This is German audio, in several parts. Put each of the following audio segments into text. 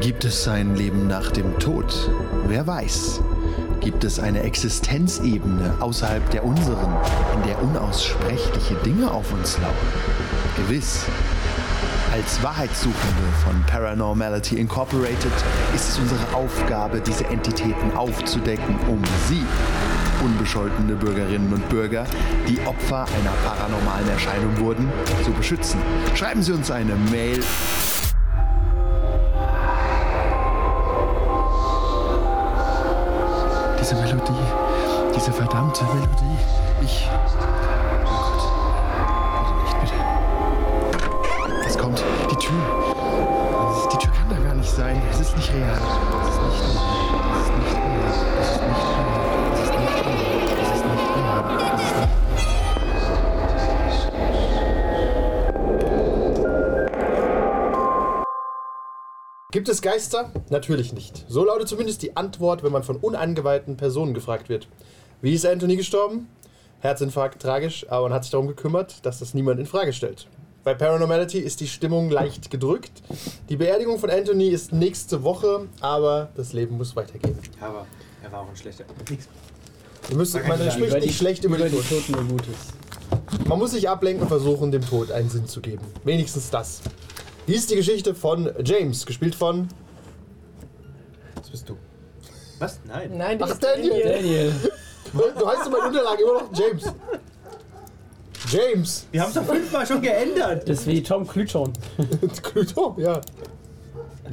Gibt es ein Leben nach dem Tod? Wer weiß? Gibt es eine Existenzebene außerhalb der unseren, in der unaussprechliche Dinge auf uns lauern? Gewiss. Als Wahrheitssuchende von Paranormality Incorporated ist es unsere Aufgabe, diese Entitäten aufzudecken, um sie, unbescholtene Bürgerinnen und Bürger, die Opfer einer paranormalen Erscheinung wurden, zu beschützen. Schreiben Sie uns eine Mail Diese Melodie, diese verdammte Melodie. Ich. Oh Gott. Bitte nicht, bitte. Es kommt die Tür. Es ist- Die Tür kann da gar nicht sein. Es ist nicht real. Es ist nicht real. Es ist nicht real. Es ist nicht real. Es ist nicht real. Es ist nicht real. Es ist nicht Gibt es Geister? Natürlich nicht. So lautet zumindest die Antwort, wenn man von unangeweihten Personen gefragt wird. Wie ist Anthony gestorben? Herzinfarkt, tragisch, aber man hat sich darum gekümmert, dass das niemand in Frage stellt. Bei Paranormality ist die Stimmung leicht gedrückt. Die Beerdigung von Anthony ist nächste Woche, aber das Leben muss weitergehen. Aber er war auch ein schlechter. Ihr müsst, man spricht nicht schlecht über den Tod. Toten nur Gutes. Man muss sich ablenken und versuchen, dem Tod einen Sinn zu geben. Wenigstens das. Dies ist die Geschichte von James, gespielt von. Das bist du. Was? Nein. Nein, die Ach, ist Daniel. Daniel. Daniel. Du heißt in meinen Unterlagen immer noch James. James! Wir haben es doch fünfmal schon geändert. Das ist wie Tom Klütschon. Cluedo, ja.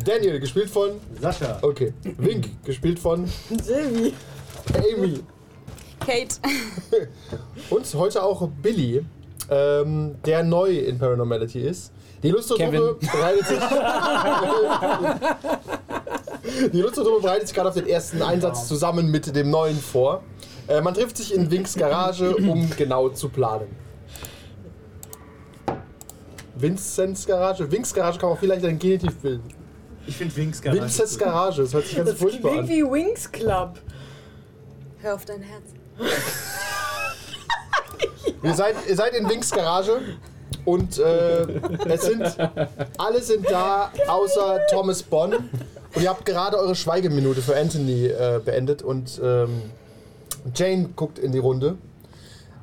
Daniel, gespielt von. Sascha. Okay. Wink, gespielt von Silvi. Amy. Kate. Und heute auch Billy, ähm, der neu in Paranormality ist. Die Lustdruppe Kevin. bereitet sich. Die Lustdruppe bereitet sich gerade auf den ersten Einsatz zusammen mit dem neuen vor. Äh, man trifft sich in Winks Garage, um genau zu planen. Vincents Garage? Winks Garage kann man vielleicht ein Genitiv bilden. Ich finde Winks gar Vincents Garage, das hört sich ganz Das klingt furchtbar an. wie Wings Club. Hör auf dein Herz. Ihr seid, ihr seid in Winks Garage und äh, es sind alle sind da außer Thomas Bonn. Und ihr habt gerade eure Schweigeminute für Anthony äh, beendet und ähm, Jane guckt in die Runde.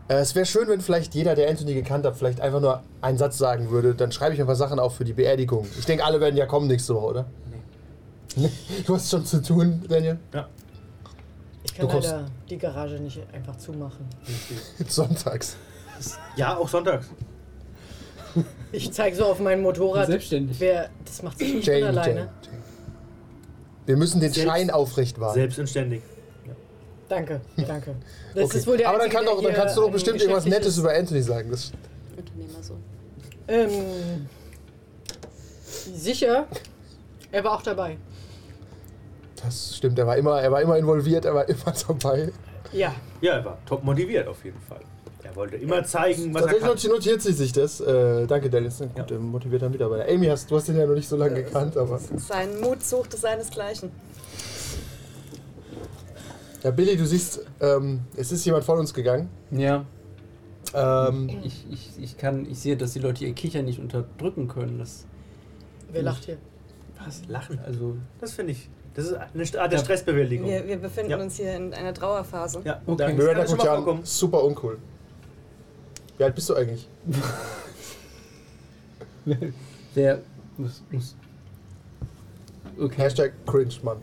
Äh, es wäre schön, wenn vielleicht jeder, der Anthony gekannt hat, vielleicht einfach nur einen Satz sagen würde. Dann schreibe ich ein paar Sachen auf für die Beerdigung. Ich denke, alle werden ja kommen nächste Woche, oder? Nee. Du hast schon zu tun, Daniel. Ich kann Du kommst- leider die Garage nicht einfach zumachen. Sonntags. Ja, auch sonntags. Ich zeige so auf mein Motorrad. Selbstständig. Wer, das macht sich nicht Jane, von Jane, alleine. Jane. Wir müssen den Selbst- Schein aufrecht wahren. Selbst und ständig. Danke, danke. Das Okay. ist wohl der Aber dann, Einzige, kann doch, der dann kannst du hier doch bestimmt ein irgendwas Nettes geschäftliches- über Anthony sagen. Das, Unternehmer so. Ähm, sicher. Er war auch dabei. das stimmt, er war, immer, er war immer involviert, er war immer dabei. Ja. Ja, er war top motiviert auf jeden Fall. Er wollte immer zeigen, was er Tatsächlich kann. notiert, notiert sie sich das. Äh, danke, Dennis, ein gut, Ja. äh, motivierter Mitarbeiter. Amy, hast, du hast ihn ja noch nicht so lange gekannt, aber... Sein Mut suchte seinesgleichen. Ja, Billy, du siehst, ähm, es ist jemand von uns gegangen. Ja. Ähm, Ich, ich, ich kann, ich sehe, dass die Leute ihr Kichern nicht unterdrücken können. Das, Wer lacht hier? was? Lachen? Also, Das finde ich. Das ist eine Art der Ja. Stressbewältigung. Wir, wir befinden Ja. uns hier in einer Trauerphase. Ja, Okay. okay. Wir Miranda das guckt kann schon mal ja an, vorkommen. super uncool. Wie alt bist du eigentlich? wer muss, muss. Okay. Hashtag cringe, Mann.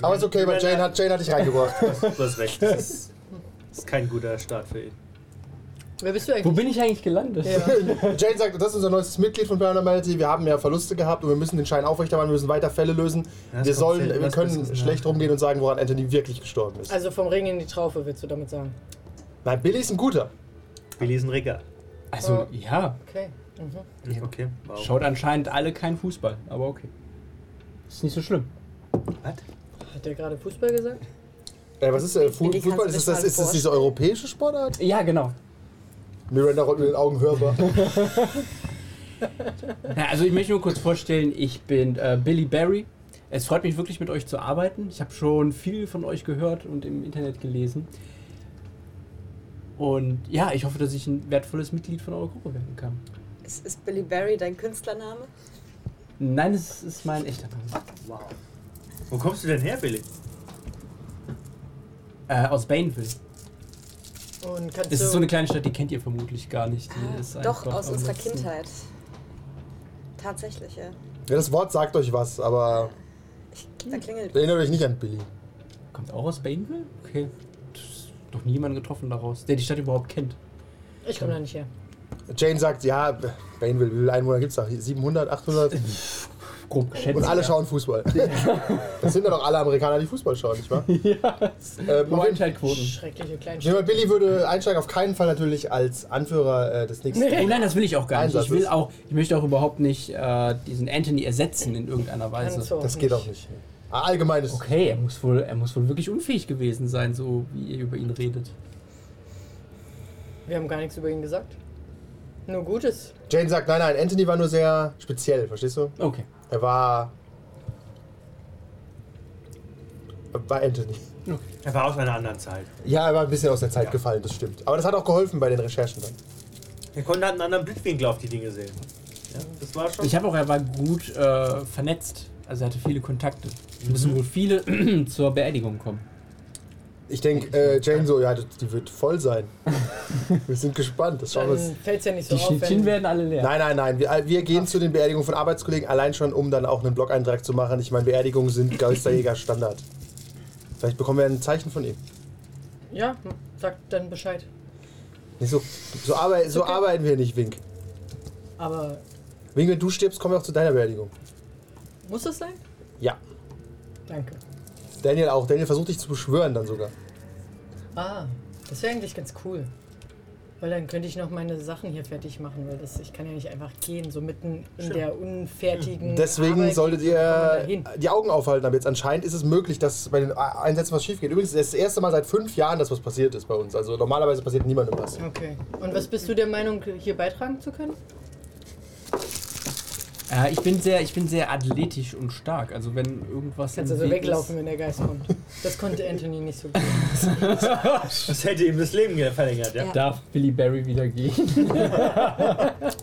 aber ist okay, weil Jane hat, Jane hat dich reingebracht. Du hast recht. Das ist, das ist kein guter Start für ihn. Wer bist du Wo eigentlich? bin ich eigentlich gelandet? Ja. Jane sagt, das ist unser neuestes Mitglied von Paranormality. Wir haben ja Verluste gehabt und wir müssen den Schein aufrechterhalten. Wir müssen weiter Fälle lösen. Das ne? wir kommt sollen, selten wir was können Besseres, schlecht ja. rumgehen und sagen, woran Anthony wirklich gestorben ist. Also vom Ring in die Traufe, willst du damit sagen? Nein, Billy ist ein guter. Wir lesen Regal. Also, ja. Okay. Mhm. Okay. Wow. Schaut anscheinend alle keinen Fußball, aber okay. Ist nicht so schlimm. Was? Hat der gerade Fußball gesagt? Äh, was ist äh, Fu Billy, kannst Fußball? du Ist das das, mal ist das diese europäische Sportart? Ja, genau. Miranda rollt mit den Augen hörbar. Na, also ich möchte nur kurz vorstellen, ich bin äh, Billy Barry. Es freut mich wirklich mit euch zu arbeiten. Ich habe schon viel von euch gehört und im Internet gelesen. Und ja, ich hoffe, dass ich ein wertvolles Mitglied von eurer Gruppe werden kann. Ist, ist Billy Barry dein Künstlername? Nein, es ist mein echter Name. Wow. Wo kommst du denn her, Billy? Äh, aus Baneville. Und kannst Es du ist so eine kleine Stadt, die kennt ihr vermutlich gar nicht. Die ist Ah, Doch, einfach aus am unserer letzten- Kindheit. Tatsächlich, ja. Ja, das Wort sagt euch was, aber Ich, da klingelt. erinnert euch nicht an Billy. Kommt auch aus Baneville? Okay. Das ist Noch niemand getroffen daraus, der die Stadt überhaupt kennt. ich komme da nicht her. Jane sagt, ja, Bainville, wie viele Einwohner gibt's da? 700, 800? Grob geschätzt. Und alle ja. schauen Fußball. Das sind ja doch alle Amerikaner, die Fußball schauen, nicht wahr? ja. Äh, Moment. Prozentquoten. Schreckliche Ja, Kleinstadt. aber Billy würde einsteigen, auf keinen Fall natürlich als Anführer äh, des nächsten. Oh nein, das will ich auch gar nicht. Einsatz Ich will ist- auch, ich möchte auch überhaupt nicht äh, diesen Anthony ersetzen in irgendeiner Kannst du Weise. Also, Das geht auch nicht. Ah, Allgemeines. Okay, er muss wohl, er muss wohl wirklich unfähig gewesen sein, so wie ihr über ihn redet. Wir haben gar nichts über ihn gesagt. Nur Gutes. Jane sagt, nein, nein, Anthony war nur sehr speziell, verstehst du? Okay. Er war. War Anthony. Er war aus einer anderen Zeit. Ja, er war ein bisschen aus der Zeit gefallen, das stimmt. Aber das hat auch geholfen bei den Recherchen dann. Wir konnten halt einen anderen Blickwinkel auf die Dinge sehen. Ja, das war schon. Ich habe auch, er war gut äh, vernetzt. Also er hatte viele Kontakte. Es müssen wohl viele zur Beerdigung kommen. Ich denke, äh, Jane so, ja, die wird voll sein. Wir sind gespannt, das schauen wir Dann uns. fällt es ja nicht so Die auf, Schnittchen wenn werden alle leer. Nein, nein, nein. Wir, wir gehen zu den Beerdigungen von Arbeitskollegen, allein schon, um dann auch einen Blog-Eintrag zu machen. Ich meine, Beerdigungen sind Geisterjäger Standard. Vielleicht bekommen wir ein Zeichen von ihm. Ja, sag dann Bescheid. Nee, so so, arbei so arbeiten wir nicht, Wink. Aber Wink, wenn du stirbst, kommen wir auch zu deiner Beerdigung. muss das sein? Ja. Danke. Daniel auch. Daniel versucht dich zu beschwören dann sogar. Hm, Ah, das wäre eigentlich ganz cool. Weil dann könnte ich noch meine Sachen hier fertig machen, weil das, ich kann ja nicht einfach gehen, so mitten in der unfertigen. Deswegen Arbeit. solltet Wie kommt man da ihr hin? die Augen aufhalten. Aber jetzt anscheinend ist es möglich, dass bei den A- Einsätzen was schief geht. Übrigens, das ist das erste Mal seit fünf Jahren, dass was passiert ist bei uns. Also normalerweise passiert niemandem was. Okay. Und was bist du der Meinung, hier beitragen zu können? Äh, ich, bin sehr, ich bin sehr athletisch und stark. Also wenn irgendwas. Kannst im also Weg ist- weglaufen, wenn der Geist kommt. Das konnte Anthony nicht so gut. Das hätte ihm das Leben ge- verlängert, ja? Ja. Darf Billy Barry wieder gehen?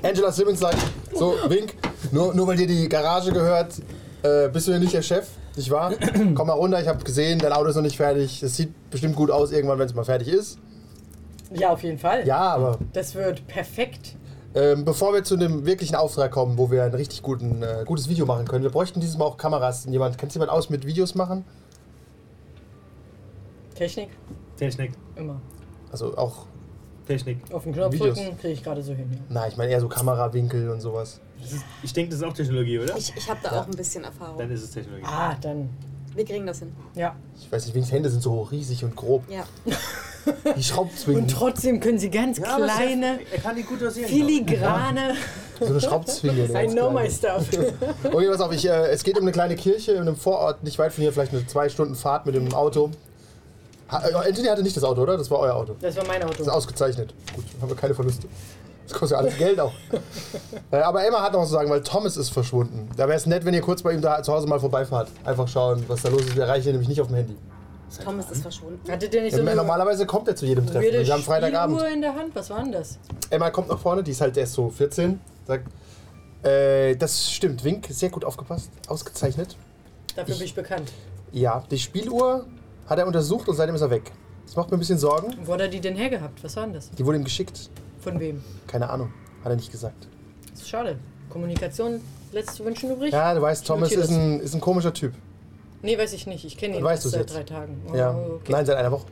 Angela Simmons sagt, so, Wink, nur, nur weil dir die Garage gehört, äh, bist du hier nicht der Chef, nicht wahr? Komm mal runter, ich habe gesehen, dein Auto ist noch nicht fertig. Es sieht bestimmt gut aus irgendwann, wenn es mal fertig ist. Ja, auf jeden Fall. Ja, aber Das wird perfekt. ähm, bevor wir zu einem wirklichen Auftrag kommen, wo wir ein richtig guten, äh, gutes Video machen können, wir bräuchten dieses Mal auch Kameras. Jemand, kennst du jemand aus mit Videos machen? Technik? Technik. Immer. Also auch, Technik. Auf den Knopf Videos. drücken, kriege ich gerade so hin. Ja. na, ich meine eher so Kamerawinkel und sowas. Das ist, ich denke, das ist auch Technologie, oder? Ich, ich habe da auch ein bisschen Erfahrung. Dann ist es Technologie. Ah, dann. Wir kriegen das hin. Ja. Ich weiß nicht, Winks Hände sind so hoch, riesig und grob. Ja. Die Schraubzwingen, Und trotzdem können sie ganz Ja, aber es- kleine, Er kann die gut dosieren. filigrane. so eine Schraubzwinge. I ganz know klein. my stuff. Okay, pass auf, ich, äh, es geht um eine kleine Kirche in einem Vorort, nicht weit von hier, vielleicht eine zwei Stunden Fahrt mit dem Auto. Ha, äh, Anthony hatte nicht das Auto, oder? Das war euer Auto. Das war mein Auto. Das ist ausgezeichnet. Gut, haben wir keine Verluste. Das kostet ja alles Geld auch. Äh, aber Emma hat noch was zu sagen, weil Thomas ist verschwunden. Da wäre es nett, wenn ihr kurz bei ihm da zu Hause mal vorbeifahrt. Einfach schauen, was da los ist. Wir erreichen ihn nämlich nicht auf dem Handy. Thomas ist verschwunden. Hattet ihr nicht so Ähm, eine Normalerweise kommt er zu jedem Treffen. weirde Wir haben Freitagabend. Spieluhr in der Hand? Was war denn das? Emma kommt nach vorne, die ist halt erst so 14. Sagt, äh, das stimmt, Wink, sehr gut aufgepasst. Ausgezeichnet. Dafür Ich- bin ich bekannt. Ja, die Spieluhr hat er untersucht und seitdem ist er weg. Das macht mir ein bisschen Sorgen. Wo hat er die denn hergehabt? Was war denn das? Die wurde ihm geschickt. Von wem? Keine Ahnung. Hat er nicht gesagt. Das ist schade. Kommunikation lässt zu wünschen übrig? Ja, du weißt, Thomas notiere ist das. ein, ist ein komischer Typ. Nee, weiß ich nicht. Ich kenne ihn Dann weißt erst du's seit jetzt. drei Tagen. Oh, Ja. okay. Nein, seit einer Woche.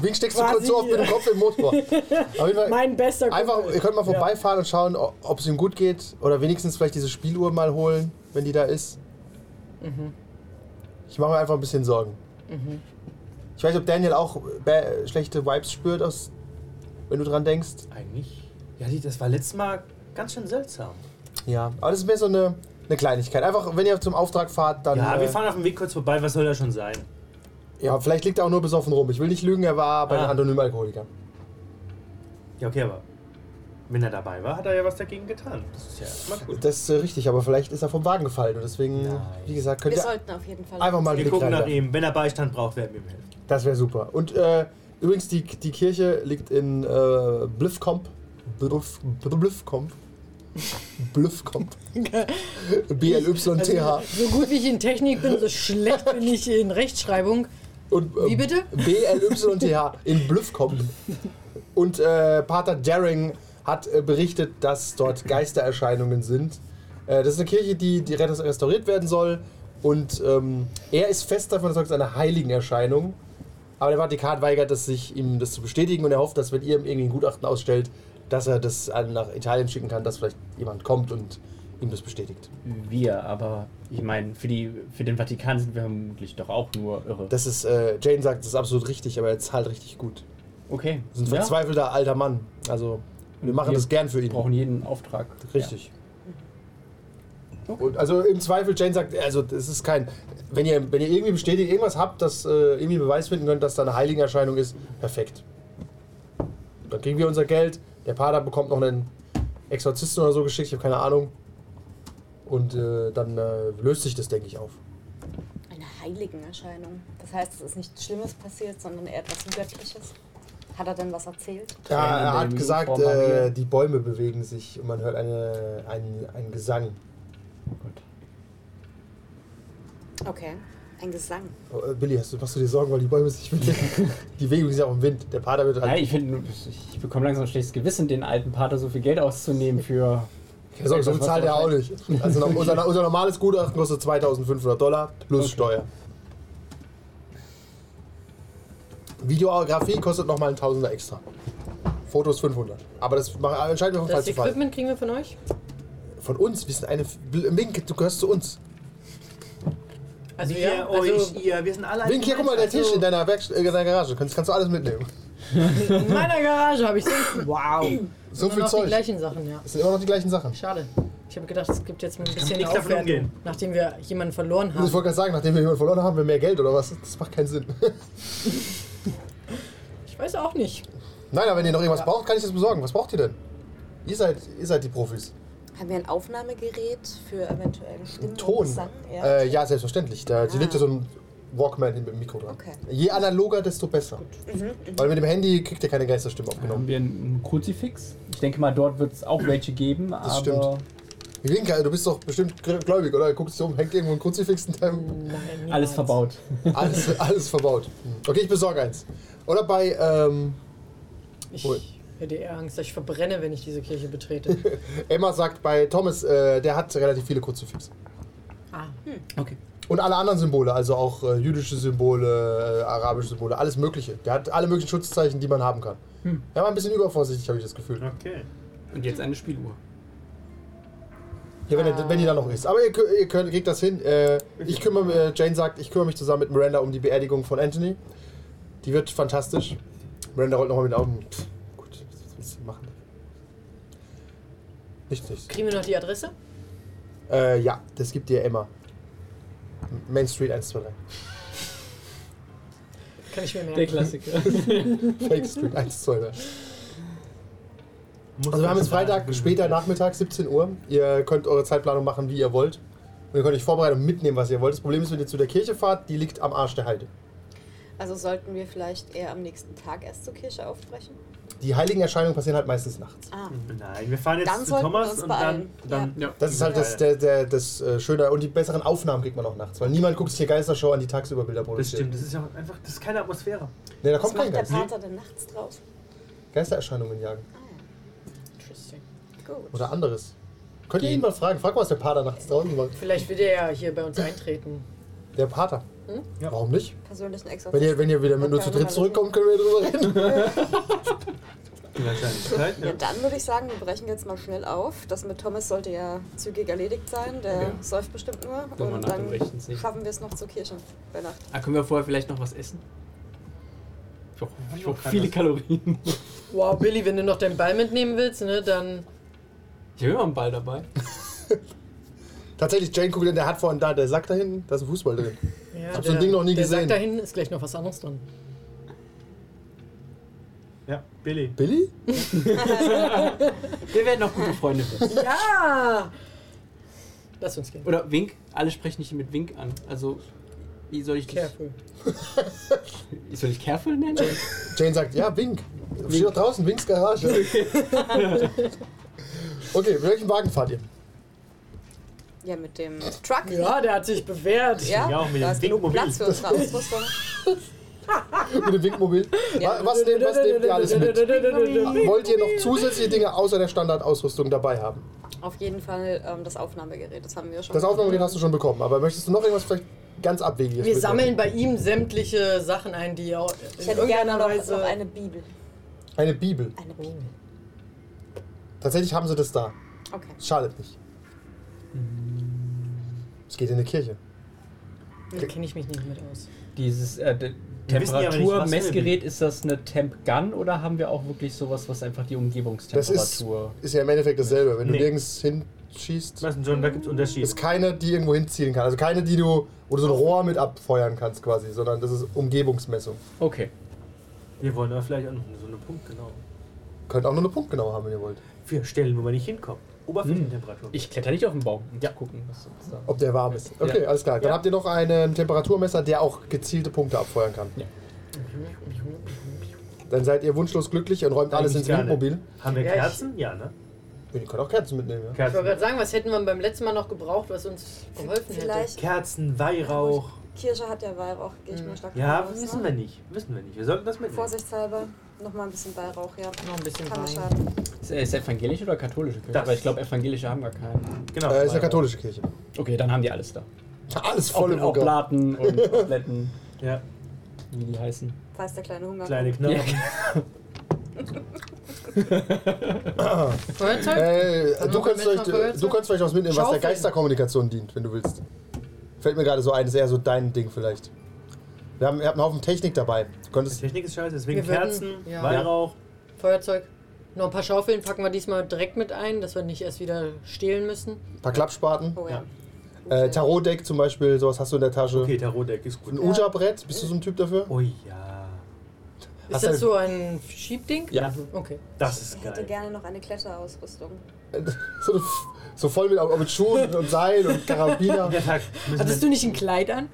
Wink steckst du Quasi. kurz so oft mit dem Kopf im Motor. Auf jeden Fall, Mein bester einfach, Kumpel. ihr könnt mal vorbeifahren und schauen, o- ob es ihm gut geht. Oder wenigstens vielleicht diese Spieluhr mal holen, wenn die da ist. Mhm. Ich mache mir einfach ein bisschen Sorgen. Ich weiß, ob Daniel auch äh, schlechte Vibes spürt, aus, wenn du dran denkst. Eigentlich. Ja, die- das war letztes Mal ganz schön seltsam. Ja, aber das ist mehr so eine, eine Kleinigkeit. Einfach, wenn ihr zum Auftrag fahrt, dann. Ja, äh, wir fahren auf dem Weg kurz vorbei. Was soll da schon sein? ja, vielleicht liegt er auch nur besoffen rum. Ich will nicht lügen, er war bei Ah. den anonymen Alkoholikern. Ja, okay, aber wenn er dabei war, hat er ja was dagegen getan. Das ist ja erstmal gut. Das ist äh, richtig, aber vielleicht ist er vom Wagen gefallen und deswegen, Nein. wie gesagt, könnt Wir ihr sollten auf jeden Fall. einfach mal einen Wir Blick gucken nach rein. ihm. Wenn er Beistand braucht, werden wir ihm helfen. Das wäre super. Und äh, übrigens, die, die Kirche liegt in äh, Bliffkomp. Bliff, Bliffkomp. Bluff kommt. B-L-Y-T-H. So gut wie ich in Technik bin, so schlecht bin ich in Rechtschreibung. Und, ähm, Wie bitte? B-L-Y-T-H in Bluff kommt. Und äh, Pater Daring hat äh, berichtet, dass dort Geistererscheinungen sind. Äh, das ist eine Kirche, die, die rest- restauriert werden soll. Und ähm, er ist fest davon überzeugt, es ist eine Heiligenerscheinung. Aber der Vatikan weigert es sich, ihm das zu bestätigen und er hofft, dass wenn ihr ihm irgendwie ein Gutachten ausstellt, dass er das an- nach Italien schicken kann, dass vielleicht jemand kommt und ihm das bestätigt. Wir, aber ich meine, für, die, für den Vatikan sind wir vermutlich doch auch nur irre. Das ist, äh, Jane sagt, das ist absolut richtig, aber er zahlt richtig gut. okay. Das ist ein ja, verzweifelter alter Mann. Also, wir machen Wir das gern für ihn. Wir brauchen jeden Auftrag. Richtig. Und also im Zweifel, Jane sagt, also das ist kein. Wenn ihr, wenn ihr irgendwie bestätigt, irgendwas habt, das äh, irgendwie Beweis finden könnt, dass da eine Heiligenerscheinung ist, perfekt. Dann kriegen wir unser Geld. Der Pater bekommt noch einen Exorzisten oder so geschickt, ich habe keine Ahnung. Und äh, dann äh, löst sich das, denke ich, auf. Eine Heiligenerscheinung. Das heißt, es ist nichts Schlimmes passiert, sondern eher etwas Göttliches. Hat er denn was erzählt? Ja, in er der hat Jungfrau gesagt, Maria. äh, die Bäume bewegen sich und man hört eine, einen, einen Gesang. Ja. Gut. Okay. Ein Gesang. Oh, äh, Billy, hast du, machst du dir Sorgen, weil die Bäume sich bewegen? die bewegen sich auch im Wind. Der Pater wird Nein, halt. ich finde, ich bekomme langsam ein schlechtes Gewissen, den alten Pater so viel Geld auszunehmen für. Der Sorge, so etwas, was bezahlt er auch wahrscheinlich- nicht. Also noch, unser, unser normales Gutachten kostet 2500 Dollar plus Steuer. Videografie kostet nochmal ein Tausender extra. Fotos 500. Aber das machen- entscheiden wir von Fall Das zu Fall. Equipment kriegen wir von euch? Von uns, wir sind eine. Mink, du gehörst zu uns. Also wir, ja, euch, also ihr, wir sind alle Mink, hier, guck mal, der also- Tisch in deiner, Werkst- äh, in deiner Garage. Kannst, kannst du alles mitnehmen. in meiner Garage habe ich so, wow. So Nur viel noch die Zeug. Das gleichen Sachen, ja. sind immer noch die gleichen Sachen. Schade. Ich habe gedacht, es gibt jetzt mal ein bisschen nichts davon Aufwertung, umgehen. nachdem wir jemanden verloren Ich haben. wollte gerade sagen, nachdem wir jemanden verloren haben, haben wir mehr Geld oder was? Das macht keinen Sinn. Ich weiß auch nicht. Nein, aber wenn ihr noch irgendwas braucht, kann ich das besorgen. Was braucht ihr denn? Ihr seid, ihr seid die Profis. Haben wir ein Aufnahmegerät für eventuellen Stimmen? und Ton. Gesang? Ja. Äh, ja, selbstverständlich. Da, Sie Ah. legt ja so einen Walkman hin mit dem Mikro dran. Okay. Mhm. Je analoger, desto besser. Weil mit dem Handy kriegt ihr keine Geisterstimme Haben aufgenommen. wir einen Kruzifix? Ich denke mal, dort wird es auch welche geben, Das aber. Ah. Winka, du bist doch bestimmt gr- gläubig, oder? Guckst dich um, hängt irgendwo ein Kruzifix in deinem... Nein, Alles niemals. verbaut. Alles, alles verbaut. Hm. Okay, ich besorge eins. Oder bei, ähm, Hol. Ich hätte eher Angst, dass ich verbrenne, wenn ich diese Kirche betrete. Emma sagt bei Thomas, äh, der hat relativ viele Kruzifixe. Ah, Okay. Und alle anderen Symbole, also auch äh, jüdische Symbole, äh, arabische Symbole, alles mögliche. Der hat alle möglichen Schutzzeichen, die man haben kann. Er war ein bisschen übervorsichtig, habe ich das Gefühl. Okay. Und jetzt eine Spieluhr. Ja, wenn, ihr- wenn die da noch ist. Aber ihr, kö- ihr könnt, kriegt das hin. Äh, ich kümmere, äh, Jane sagt, ich kümmere mich zusammen mit Miranda um die Beerdigung von Anthony. Die wird fantastisch. Miranda rollt nochmal mit den Augen. Pff, gut, was willst du machen? Nichts, nichts. kriegen wir noch die Adresse? Äh, ja, das gibt dir Emma. Main Street 123. Kann ich mir merken. Der Klassiker. Fake Street 123. Also wir haben jetzt Freitag, später Nachmittag, 17 Uhr. Ihr könnt eure Zeitplanung machen, wie ihr wollt. Und ihr könnt euch vorbereiten und mitnehmen, was ihr wollt. Das Problem ist, wenn ihr zu der Kirche fahrt, die liegt am Arsch der Heide. Also sollten wir vielleicht eher am nächsten Tag erst zur Kirche aufbrechen? Die heiligen Erscheinungen passieren halt meistens nachts. Ah. Nein, wir fahren jetzt Dann zu sollten wir Thomas uns und beeilen. dann. dann Ja. Das ist halt das, der, der, das äh, Schöne. Und die besseren Aufnahmen kriegt man auch nachts. Weil niemand guckt sich hier Geistershow an, die tagsüber Bilder Das produziert. stimmt, das ist ja einfach, das ist keine Atmosphäre. Nee, da Was kommt kein macht der Geist. Pater denn nachts draus? Geistererscheinungen jagen. Interesting. Gut. Oder anderes. Könnt ihr ihn mal fragen? Frag mal, was der Pater nachts draußen macht. Vielleicht wird er ja hier bei uns eintreten. Der Pater. Hm? Ja. Warum nicht? Persönlichen Wenn ihr, Exorzismus. wenn ihr wieder mit nur zu dritt zurückkommt, können wir drüber reden. Die Wahrscheinlichkeit, Ja, ne? dann würde ich sagen, wir brechen jetzt mal schnell auf. Das mit Thomas sollte ja zügig erledigt sein. Der Ja. säuft bestimmt nur. wir nach Und dem dann rechten sehen. schaffen wir es noch zur Kirche bei Nacht. Ah, können wir vorher vielleicht noch was essen? Ich brauche ich brauch brauch viele keines. Kalorien. Wow, Billy, wenn du noch deinen Ball mitnehmen willst, ne, dann Ich habe immer einen Ball dabei. Tatsächlich, Jane guckt, in, der hat vorhin da, der Sack da hinten, da ist ein Fußball drin. Ja, Hab so ein Ding noch nie der gesehen. Sack da hinten ist gleich noch was anderes dran. Ja, Billy. Billy? Wir werden noch gute Freunde. werden. Ja! Lass uns gehen. Oder Wink. Alle sprechen dich mit Wink an. Also, wie soll ich dich... Careful. Soll ich Careful nennen? Jane sagt, ja, wink. Steht doch draußen, Winks Garage. Okay, mit welchem Wagen fahrt ihr? Ja, mit dem Truck. Ja, der hat sich bewährt. Ja, Ja, auch mit da dem ist genug Windmobil. Platz für unsere Ausrüstung. Mit dem Wegmobil? Ja. Wa- Was, nehmt, was nehmt ihr alles mit? Wollt ihr noch zusätzliche Dinge außer der Standardausrüstung dabei haben? Auf jeden Fall ähm, das Aufnahmegerät, das haben wir schon. Das Aufnahmegerät hast du schon bekommen, aber möchtest du noch irgendwas vielleicht ganz Abwegiges? Wir mitnehmen? sammeln bei ihm sämtliche Sachen ein, die auch in Ich hätte gerne irgendeiner noch, Weise. noch eine Bibel. Eine Bibel. Eine Bibel. Tatsächlich haben sie das da. Okay. Es Schadet nicht. Es geht in eine Kirche. Da kenne ich mich nicht mit aus. Dieses äh, de- Wir wissen ja aber nicht, was wir Temperaturmessgerät, ist das eine Temp Gun oder haben wir auch wirklich sowas, was einfach die Das ist, Umgebungstemperatur. ist ja im Endeffekt dasselbe. Wenn Nee. du nirgends hinschießt, Was denn, John? Da gibt es Unterschiede. ist keine, die irgendwo hinziehen kann. Also keine, die du, wo du so ein Rohr mit abfeuern kannst quasi, sondern das ist Umgebungsmessung. Okay. Wir wollen aber vielleicht auch noch so einen Punkt, genau. Könnt auch noch eine Punktgenau haben, wenn ihr wollt. Vier Stellen, wo wir nicht hinkommen. Oberflächentemperatur. Ich kletter nicht auf den Baum, um Ja. zu gucken, was uns da. Ob der warm ist. Okay, alles klar. Dann Ja. habt ihr noch einen Temperaturmesser, der auch gezielte Punkte abfeuern kann. Ja. Dann seid ihr wunschlos glücklich und räumt alles Eigentlich ins gerne. Windmobil. Haben wir Ja, ich- Kerzen? Ja, ne? Ihr könnt auch Kerzen mitnehmen, ja? Ich wollte Kerzen. gerade sagen, was hätten wir beim letzten Mal noch gebraucht, was uns geholfen hätte? Vielleicht. Kerzen, Weihrauch. Kirsche hat ja Weihrauch, gehe ich mal stark Ja, von aus, wissen wir ne? nicht. Wissen wir nicht. Wir sollten das mitnehmen. Vorsichtshalber nochmal ein bisschen Weihrauch, ja. Noch ein bisschen Kann nicht Wein. schaden. Ist, äh, ist evangelisch oder katholische Kirche? Das- Aber ich glaube, evangelische haben gar keinen. Genau. Äh, ist eine katholische Kirche. Okay, dann haben die alles da. Alles Auch, voll im auch Programm. Platen und Obletten, Ja, wie die heißen. Falls der kleine Hunger kleine Knarren. Äh, Feuerzeug? du, kannst vielleicht, Kann man beim Metzger vorher du kannst vielleicht was mitnehmen, was der Schaufeln. Geisterkommunikation dient, wenn du willst. Fällt mir gerade so ein, ist eher so dein Ding vielleicht. Wir haben, ihr habt einen Haufen Technik dabei. Du könntest, Technik ist scheiße, deswegen Wir würden- Kerzen, ja. Weihrauch. Feuerzeug. Noch ein paar Schaufeln packen wir diesmal direkt mit ein, dass wir nicht erst wieder stehlen müssen. ein paar Klappspaten, Oh ja. äh, Tarotdeck zum Beispiel, sowas hast du in der Tasche. Okay, Tarotdeck ist Ein gut. Uja-Brett, bist du so ein Typ dafür? Oh ja. Ist Hast das du- so ein Schiebding? Ja. Okay. Das ist Ich hätte geil. gerne noch eine Kletterausrüstung. So, eine F- so voll mit, mit Schuhen und Seil und Karabiner. Der Tag Hattest müssen du wir, nicht ein Kleid an?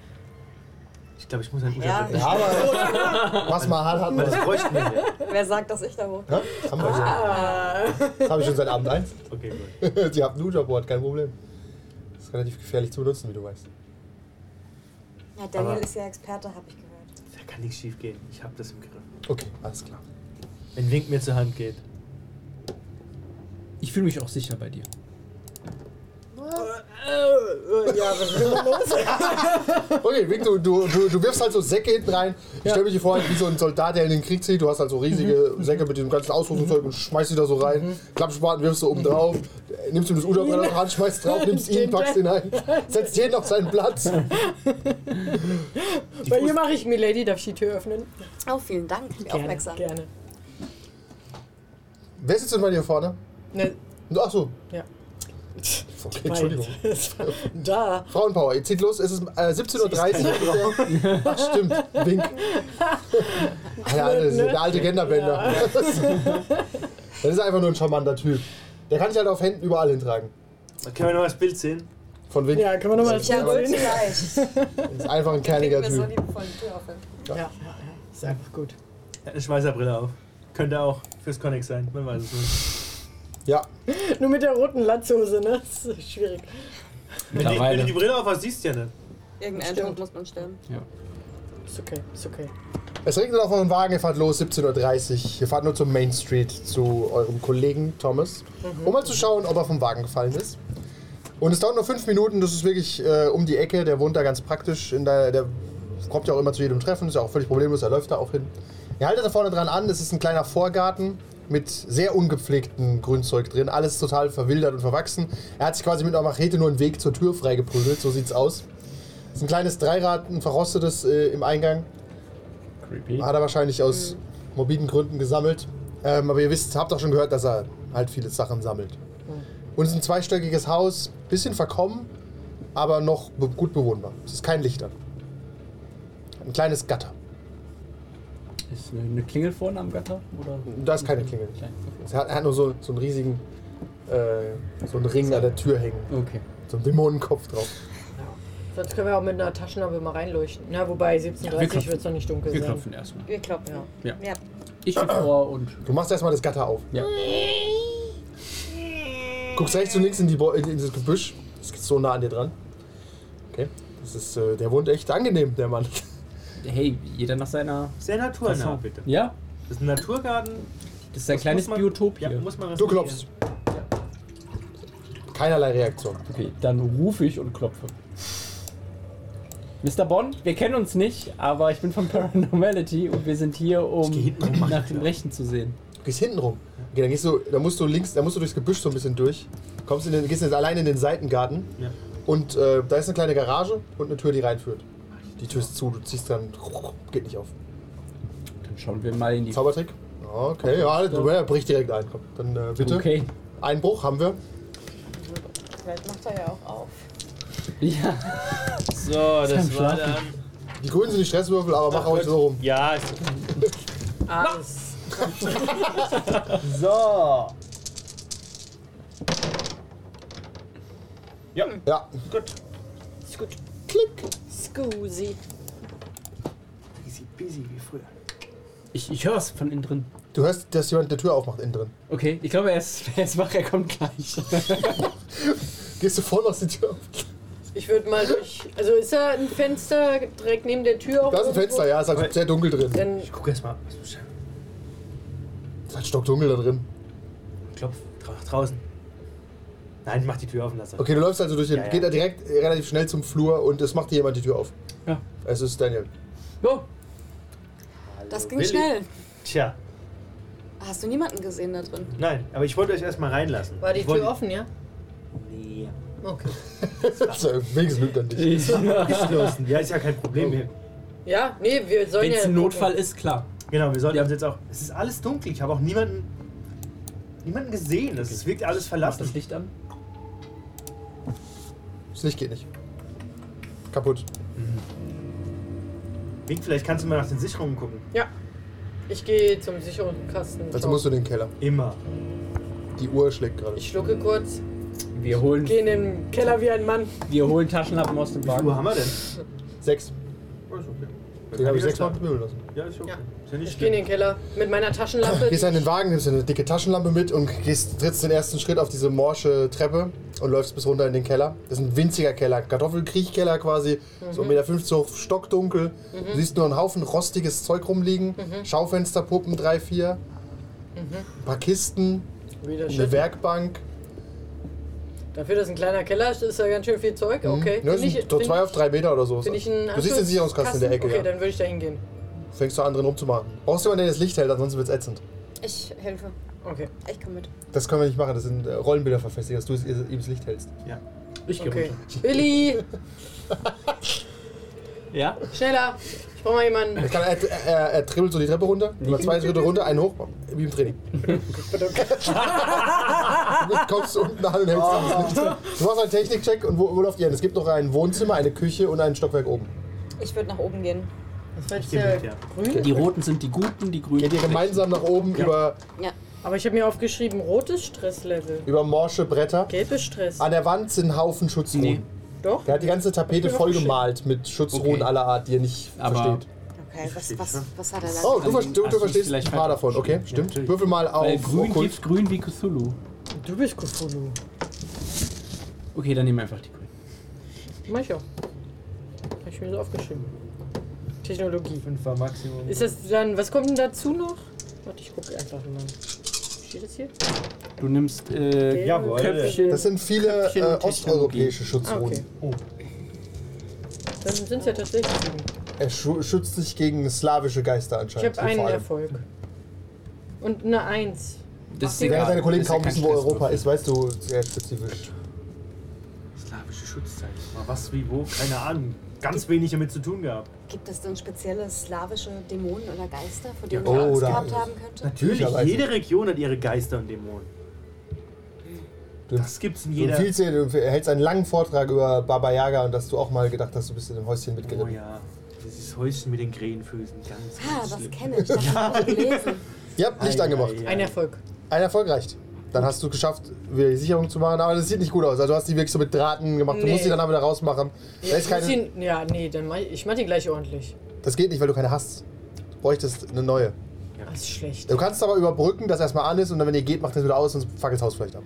Ich glaube, ich muss ein Ja. Uja Ja, aber was mal hart hat, Weil man. das bräuchten wir ja. Wer sagt, dass ich da hoch? Hä? Das haben wir schon. Ah. Das habe ich schon seit Abend eins. Okay, gut. Sie haben ein Uja-Board, kein Problem. Das ist relativ gefährlich zu benutzen, wie du weißt. Ja, Daniel Aber- ist ja Experte, habe ich gehört. Da kann nichts schief gehen. Ich habe das im Griff. Okay, alles klar. Wenn Wink mir zur Hand geht. Ich fühle mich auch sicher bei dir. Okay, Vic, du, du, du, du wirfst halt so Säcke hinten rein. Ich stelle mich hier vor, wie so ein Soldat, der in den Krieg zieht. Du hast halt so riesige Säcke mit dem ganzen Ausrüstungszeug und schmeißt die da so rein. Klappspaten wirfst du oben drauf. Äh, Nimmst du das Uderbrett noch ran, schmeißt drauf, nimmst ihn, packst ihn ein. Setzt jeden auf seinen Platz. Bei ihr mache ich Milady, darf ich die Tür öffnen? Oh, vielen Dank. Wie aufmerksam. Gerne. Wer sitzt denn bei dir vorne? Ne, Ach so. Ja. Okay, Entschuldigung. Ne, da. Frauenpower, ihr zieht los, es ist äh, 17.30 Uhr. Ach stimmt, Wink. Der alte, der alte Genderbänder. Das ist einfach nur ein charmanter Typ. Der kann sich halt auf Händen überall hintragen. Können wir noch das Bild sehen? Von Wink. Ja, kann man nochmal das Ich habe Bild uns sehen? gleich. Ist einfach ein Wink kerniger mir so Typ. liebevoll die Tür offen. Ja, ja, ja. Ist einfach gut. Er hat eine Schweißerbrille auf. Könnte auch fürs Connex sein. Man weiß es nicht. Ja, Nur mit der roten Latzhose, ne? Das ist schwierig. Wenn, die, wenn du die Brille auf hast, siehst du ja nicht. Irgendeinen Stimmt. Punkt muss man stellen. Ist okay, ist okay. es regnet auf eurem Wagen, ihr fahrt los, 17.30 Uhr. Ihr fahrt nur zur Main Street zu eurem Kollegen Thomas, um mal zu schauen, ob er vom Wagen gefallen ist. Und es dauert nur fünf Minuten, das ist wirklich äh, um die Ecke, der wohnt da ganz praktisch. In der, der kommt ja auch immer zu jedem Treffen, ist ja auch völlig problemlos, er läuft da auch hin. Ihr haltet da vorne dran an, das ist ein kleiner Vorgarten mit sehr ungepflegtem Grünzeug drin, alles total verwildert und verwachsen. Er hat sich quasi mit einer Machete nur einen Weg zur Tür freigeprügelt, so sieht's aus. Das ist ein kleines Dreirad, ein verrostetes äh, im Eingang. Creepy. Hat er wahrscheinlich aus morbiden Gründen gesammelt. Ähm, aber ihr wisst, habt auch schon gehört, dass er halt viele Sachen sammelt. Und es ist ein zweistöckiges Haus, bisschen verkommen, aber noch be gut bewohnbar. Es ist kein Lichter. Ein kleines Gatter. Ist eine, eine Klingel vorne am Gatter? Oder? Da ist keine Klingel. Klein, Es hat, er hat nur so, so einen riesigen äh, so einen Ring an der Tür hängen. Okay. So einen Dämonenkopf drauf. Sonst können wir auch mit einer Taschenlampe mal reinleuchten. Na, wobei, 17.30 klopfen. wird es noch nicht dunkel Wir sein. klopfen erstmal. Wir klopfen. Ja. Ja. Ich gehe vor und. Du machst erstmal das Gatter auf. Ja. Guckst rechts und links in, die Bo in, in das Gebüsch. Das ist so nah an dir dran. Okay. Das ist, äh, der wohnt echt angenehm, der Mann. Hey, jeder nach seiner. Sehr naturnah, Fassung. bitte. Ja, Das ist ein Naturgarten. das ist ein Das kleines muss man- Biotop hier. Ja, muss man Du respektieren. klopfst. Keinerlei Reaktion. okay, dann rufe ich und klopfe. Mr. Bond, wir kennen uns nicht, aber ich bin von Paranormality und wir sind hier, um geh hinten rum, mach nach ich dem klar. Rechten zu sehen. Du gehst hinten rum. Okay, dann gehst du, da musst du links, da musst du durchs Gebüsch so ein bisschen durch. Kommst in den, gehst jetzt allein in den Seitengarten Ja. und äh, da ist eine kleine Garage und eine Tür, die reinführt. Die Tür ist zu, du ziehst dran, geht nicht auf. Dann schauen wir mal in die. Zaubertrick? Okay, ja, ja bricht direkt ein. Komm, dann äh, bitte. Okay. Einbruch haben wir. Vielleicht macht er ja auch auf. Ja, So, das Sam war schlafen. dann. Die Grünen sind die Stresswürfel, aber mach auch so rum. Ja, ist okay. Ah, Alles. So. Ja, Ja, gut. Ist gut. klick. Scusi. Easy busy wie früher. ich, ich höre es von innen drin. Du hörst, dass jemand die Tür aufmacht innen drin. Okay, ich glaube, er ist, er ist wach, er kommt gleich. Gehst du voll aus die Tür auf? Ich würde mal durch. Also ist da ein Fenster direkt neben der Tür? auch Da ist ein irgendwo? Fenster, ja, ist halt sehr dunkel drin. Dann Ich gucke erstmal. Was ist das? Ist halt stockdunkel da drin. Klopf. Dra draußen. Nein, mach die Tür offen, lass das. Okay, du läufst also durch den, Ja, ja. geht da direkt äh, relativ schnell zum Flur und es macht dir jemand die Tür auf. Ja. Es ist Daniel. Oh, Das ging Willi. schnell. Tja, Hast du niemanden gesehen da drin? nein, aber ich wollte euch erstmal reinlassen. war die ich wollte- Tür offen, ja? Nee. Okay. Also, wenigstens lügt er nicht. ich- wenn Ist los. Ja, ist ja kein Oh. Problem hier. Ja, nee, wir sollen es ja. ein Notfall ist, klar. Genau, wir sollten Ja. uns jetzt auch. Es ist alles dunkel. Ich habe auch niemanden. Niemanden gesehen. Es wirkt alles Lass verlassen. das Licht an. Das Licht geht nicht. Kaputt. Wink, vielleicht kannst du mal nach den Sicherungen gucken. Ja. Ich gehe zum sicheren Kasten. Also musst du in den Keller. Immer. Die Uhr schlägt gerade. Ich schlucke kurz, Wir holen, gehe in den Keller wie ein Mann. wir holen Taschenlampen aus dem Wie viel Uhr haben Wagen. wir denn? Sechs. Oh, ist okay. Den habe ich sechsmal bemühen lassen. Ja, ist okay. Ja. Ist ja nicht Ich gehe in schlimm. den Keller mit meiner Taschenlampe. Gehst an den Wagen, nimmst dir eine dicke Taschenlampe mit und gehst, trittst den ersten Schritt auf diese morsche Treppe und läufst bis runter in den Keller. Das ist ein winziger Keller, Kartoffelkriechkeller quasi, so 1,50 Meter hoch, stockdunkel. Du siehst nur einen Haufen rostiges Zeug rumliegen, Schaufensterpuppen, drei, vier, ein paar Kisten, Wieder eine Shit. Werkbank. Dafür, dass ein kleiner Keller ist, ist da ganz schön viel Zeug. Okay. Ne, das Bin sind so zwei auf drei Meter oder so. bin ich ein du siehst den Sicherungskasten in der Ecke, Okay, ja. dann würde ich da hingehen. Fängst du an, drin rumzumachen. Brauchst jemanden, der das Licht hält, ansonsten wird's ätzend. Ich helfe. Okay. Ich komme mit. Das können wir nicht machen, das sind äh, Rollenbilder verfestigt, dass du es, ihr- ihm das Licht hältst. Ja. Ich gehe Okay. runter. Willi, Ja? schneller. Ich brauche mal jemanden. Er, kann, er, er, er dribbelt so die Treppe runter, immer zwei Schritte runter, einen hoch, wie im Training. du kommst unten an und hältst alles nicht. Du machst einen Technikcheck und wo, wo läuft ihr hin? Es gibt noch ein Wohnzimmer, eine Küche und ein Stockwerk oben. Ich würde nach oben gehen. Das war jetzt geh ja mit, ja. grün. Die roten sind die guten, die grünen. Geht ihr gemeinsam nach oben über, Ja. Aber ich habe mir aufgeschrieben, rotes Stresslevel. über morsche Bretter. Gelbes Stress. An der Wand sind ein Haufen Schutzruhen. Nee. Doch? Der hat die ganze Tapete Hab ich mir vollgemalt mit Schutzruhen Okay. aller Art, die ihr nicht Aber- versteht. Okay, was, verstehe was, schon. was hat er da? Oh, du, ver Hast du, du's du verstehst ein vielleicht paar falsch davon, okay? Stimmt. natürlich. Würfel mal Weil auf grün Okkult. gibt grün wie Cthulhu. Du bist Cthulhu. Okay, dann nehmen wir einfach die grünen. Mach ich auch. Hab ich mir so aufgeschrieben. Technologie. Fünfer Maximum. Ist das dann, was kommt denn dazu noch? Warte, ich gucke einfach mal. Steht das hier? Du nimmst äh, Gelbe jawohl. Köpfchen. Das sind viele Köpfchen äh, und Technologie. osteuropäische ah, Schutzruhen. okay. Dann sind es ja tatsächlich sieben. Er schu- schützt sich gegen slawische Geister Ich anscheinend. habe so einen vor allem. Erfolg. Und eine Eins. das ist Während egal. deine Kollegen Das ist ja kaum kein wissen, wo Stress. Europa ist, weißt du sehr spezifisch. Slawische Schutzzeichen. Mal was wie wo, keine Ahnung. Ganz wenig damit zu tun gehabt. Gibt es denn spezielle slawische Dämonen oder Geister, vor denen Ja, man Angst oder- gehabt haben könnte? Natürlich, Möglicherweise. jede Region hat ihre Geister und Dämonen. Du, Das gibt's in du, jeder. empfiehlst dir, du hältst einen langen Vortrag über Baba Yaga und dass du auch mal gedacht hast, du bist in dem Häuschen Oh mitgeritten. ja, dieses Häuschen mit den Krähenfüßen. Ganz, Ah, ganz das schlimm. kenne ich. Das habe ich gelesen. Ihr habt Licht Ei, angemacht. ei, ei. Ein Erfolg. Ein Erfolg reicht. Dann hast du geschafft, wieder die Sicherung zu machen, aber das sieht nicht gut aus. Also du hast die wirklich so mit Drahten gemacht. Du Nee. musst die dann aber wieder rausmachen. da ist Ich muss keine, ihn- ja, nee, dann mach ich, ich mach die gleich ordentlich. das geht nicht, weil du keine hast. Du bräuchtest eine neue. Das Äh, ist schlecht. Du kannst aber überbrücken, dass erstmal an ist und dann, wenn ihr geht, macht das wieder aus, sonst fackelt das Haus vielleicht ab.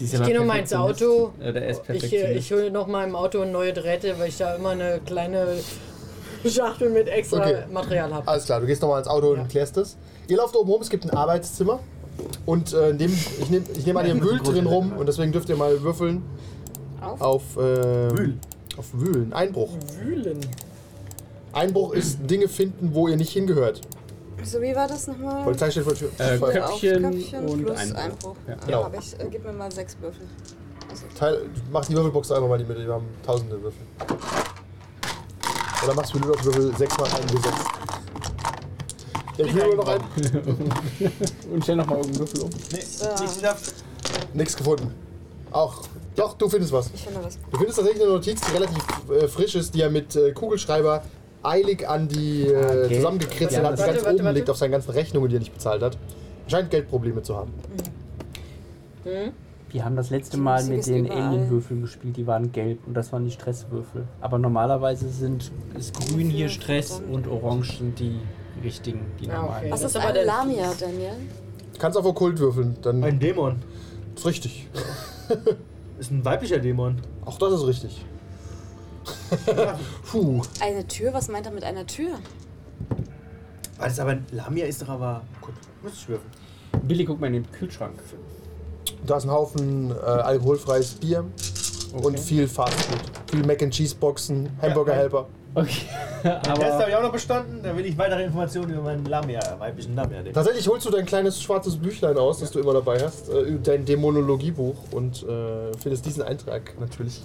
Die ist Ich aber gehe nochmal ins Perfektionist. Auto. Ja, der ist Ich, äh, ich perfekt. hole noch mal im Auto neue Drähte, weil ich da immer eine kleine Schachtel mit extra Okay. Ah. Material habe. Alles klar, du gehst nochmal ins Auto Ja. und klärst es. Ihr lauft oben rum, es gibt ein Arbeitszimmer. Und äh, in dem, ich nehme ich nehm an, ihr wühlt drin rum und deswegen dürft ihr mal würfeln Auf? auf. Äh, Auf Wühlen. Einbruch. Wühlen. Einbruch ist Dinge finden, wo ihr nicht hingehört. So, wie war das nochmal? Polizei steht vor der Tür. Äh, Voll. Köpfe. Köpfchen und plus Einbruch. Einbruch. Ja. Ah, Genau. hab ich, äh, gib mir mal sechs Würfel. Teil, mach die Würfelbox einfach mal in die Mitte, wir haben tausende Würfel. Oder machst du nur noch Würfel 6 mal 1 bis 6. Ja, ich will nur noch einen. Und stell nochmal irgendeinen Würfel um. So, Nichts geschafft. Nix gefunden. Auch. Doch, du findest was. ich finde das gut. Du findest tatsächlich eine Notiz, die relativ äh, frisch ist, die er mit äh, Kugelschreiber eilig an die äh, Okay. zusammengekritzelt Ja, hat, die ganz das- Warte, warte, oben warte. liegt auf seinen ganzen Rechnungen, die er nicht bezahlt hat. Scheint Geldprobleme zu haben. Wir haben das letzte Mal Musik mit ist den überall. Alien-Würfeln gespielt, die waren gelb und das waren die Stresswürfel. Aber normalerweise sind ist grün hier Stress und orange sind die richtigen, die Ah, normalen. okay. Was Das ist ist aber ein der- Lamia, Daniel? Du kannst auf Okkult würfeln, dann Ein Dämon. ist richtig. Ist ein weiblicher Dämon. Auch das ist richtig. Puh. Eine Tür? Was meint er mit einer Tür? Weil es aber ein Lamia ist doch aber. Gut, muss ich würfeln. Billy, guck mal in den Kühlschrank. Da ist ein Haufen äh, alkoholfreies Bier und viel Fastfood. Viel Mac and Cheese Boxen, Hamburger Helper. Okay. Den Test Aber habe ich auch noch bestanden. Da will ich weitere Informationen über meinen Lamia, weiblichen Lamia. Den. Tatsächlich holst du dein kleines schwarzes Büchlein aus, das du immer dabei hast, äh, dein Dämonologiebuch und äh, findest diesen Eintrag natürlich.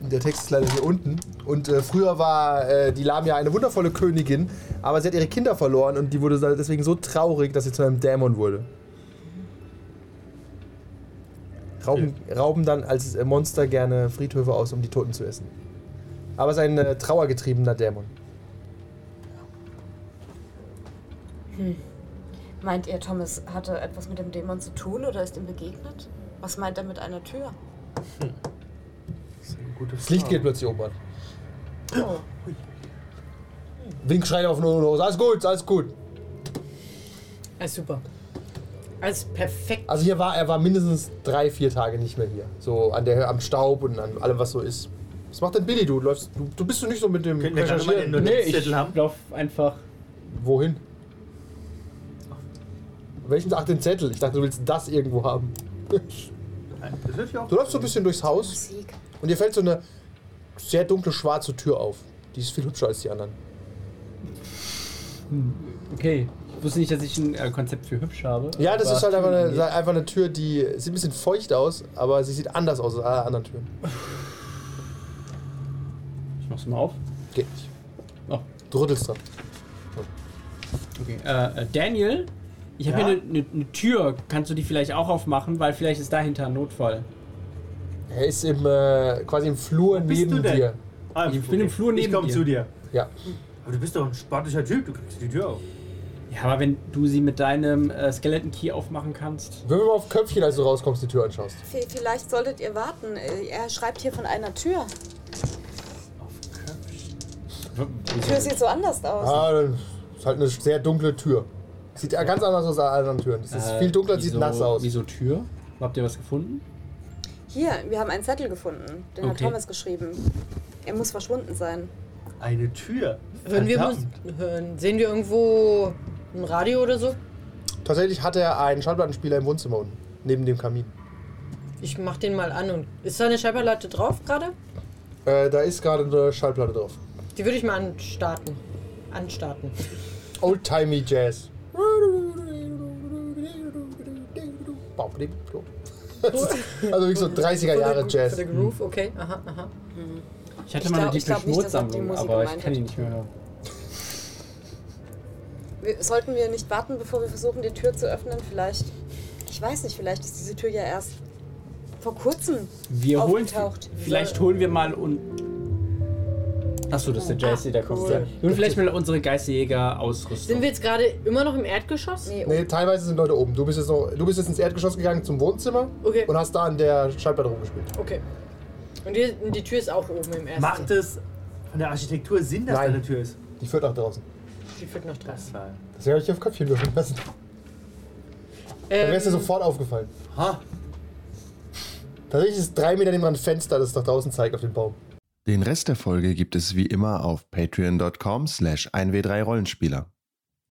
Der Text ist leider hier unten. Und äh, früher war äh, die Lamia eine wundervolle Königin, aber sie hat ihre Kinder verloren und die wurde deswegen so traurig, dass sie zu einem Dämon wurde. Rauben, rauben dann als äh, Monster gerne Friedhöfe aus, um die Toten zu essen. Aber es ist ein äh, trauergetriebener Dämon. Meint ihr, Thomas hatte etwas mit dem Dämon zu tun oder ist ihm begegnet? Was meint er mit einer Tür? Das Licht geht plötzlich um, oben an. Wink schreit auf den Ohren los. Alles gut, alles gut. Alles super. Alles perfekt. Also hier war er war mindestens drei, vier Tage nicht mehr hier. So an der, am Staub und an allem, was so ist. Was macht denn Billy? Du läufst, du, du bist du nicht so mit dem Können wir gerade mal den Recherchieren. nee, ich Notizzettel haben? lauf einfach. Wohin? Welchen ach den Zettel? Ich dachte, du willst das irgendwo haben. Nein, Das hilft ja auch. Du läufst so ein bisschen durchs Haus Musik. und dir fällt so eine sehr dunkle schwarze Tür auf. Die ist viel hübscher als die anderen. Okay. Ich wusste nicht, dass ich ein äh, Konzept für hübsch habe. Ja, das aber ist halt einfach angenehm. eine, einfach eine Tür, die sieht ein bisschen feucht aus, aber sie sieht anders aus als alle anderen Türen. Ich mach's mal auf. Geht nicht. Oh, Du rüttelst dran. okay. Äh, äh, Daniel, ich habe Ja? hier eine ne, ne Tür. Kannst du die vielleicht auch aufmachen? Weil vielleicht ist dahinter ein Notfall. Er ist im, äh, quasi im Flur bist neben du denn? dir. Ah, Ich bin im Flur neben Ich komme dir. zu dir. Ja. Aber du bist doch ein sportlicher Typ. Du kriegst die Tür auf. Ja, aber wenn du sie mit deinem äh, Skeleton-Key aufmachen kannst. Würfel mal auf Köpfchen, als du rauskommst, die Tür anschaust. V- Vielleicht solltet ihr warten. Äh, Er schreibt hier von einer Tür. Die Tür sieht so anders aus. Ah, dann ist halt eine sehr dunkle Tür. Sieht ja ganz anders aus als alle anderen Türen. Es ist Äh, viel dunkler, sieht wieso- nass aus. Wieso Tür? Habt ihr was gefunden? Hier, wir haben einen Zettel gefunden. Den hat Okay. Thomas geschrieben. Er muss verschwunden sein. Eine Tür. Hören wir Verdammt. Mus- hören, Sehen wir irgendwo ein Radio oder so? Tatsächlich hat er einen Schallplattenspieler im Wohnzimmer unten, neben dem Kamin. Ich mach den mal an und. Ist da eine Scheiberleite drauf gerade? Äh, da ist gerade eine Schallplatte drauf. Die würde ich mal anstarten. Anstarten. Oldtimey Jazz. Also wirklich so 30er Jahre For Jazz. the Groove, okay. Aha, aha. Ich hatte Ich mal glaub- eine ich glaub Deepish nicht, dass er die Mode-Sammlung, Musik aber ich gemeint kann die hat. nicht mehr hören. Wir, sollten wir nicht warten, bevor wir versuchen, die Tür zu öffnen? Vielleicht, ich weiß nicht, vielleicht ist diese Tür ja erst vor kurzem Wir holen. aufgetaucht. Vielleicht holen wir mal und. Achso, das ist der JC, der kommt. Ah, cool. Wir holen vielleicht mal unsere Geisterjäger ausrüsten. Sind wir jetzt gerade immer noch im Erdgeschoss? Nee, Nee, teilweise sind Leute oben. Du bist jetzt, noch, du bist jetzt ins Erdgeschoss gegangen zum Wohnzimmer Okay. und hast da an der Schallplatte rumgespielt. Okay. Und die, die Tür ist auch oben im ersten. Macht es von der Architektur Sinn, dass Nein. da eine Tür ist? Die führt nach draußen. Die führt nach draußen. Das war. Deswegen habe ich auf Köpfchen würfeln lassen. Dann wäre es dir Ähm, sofort aufgefallen. Ha! Tatsächlich ist drei Meter neben dran ein Fenster, das nach draußen zeigt auf den Baum. Den Rest der Folge gibt es wie immer auf patreon.com slash 1w3rollenspieler.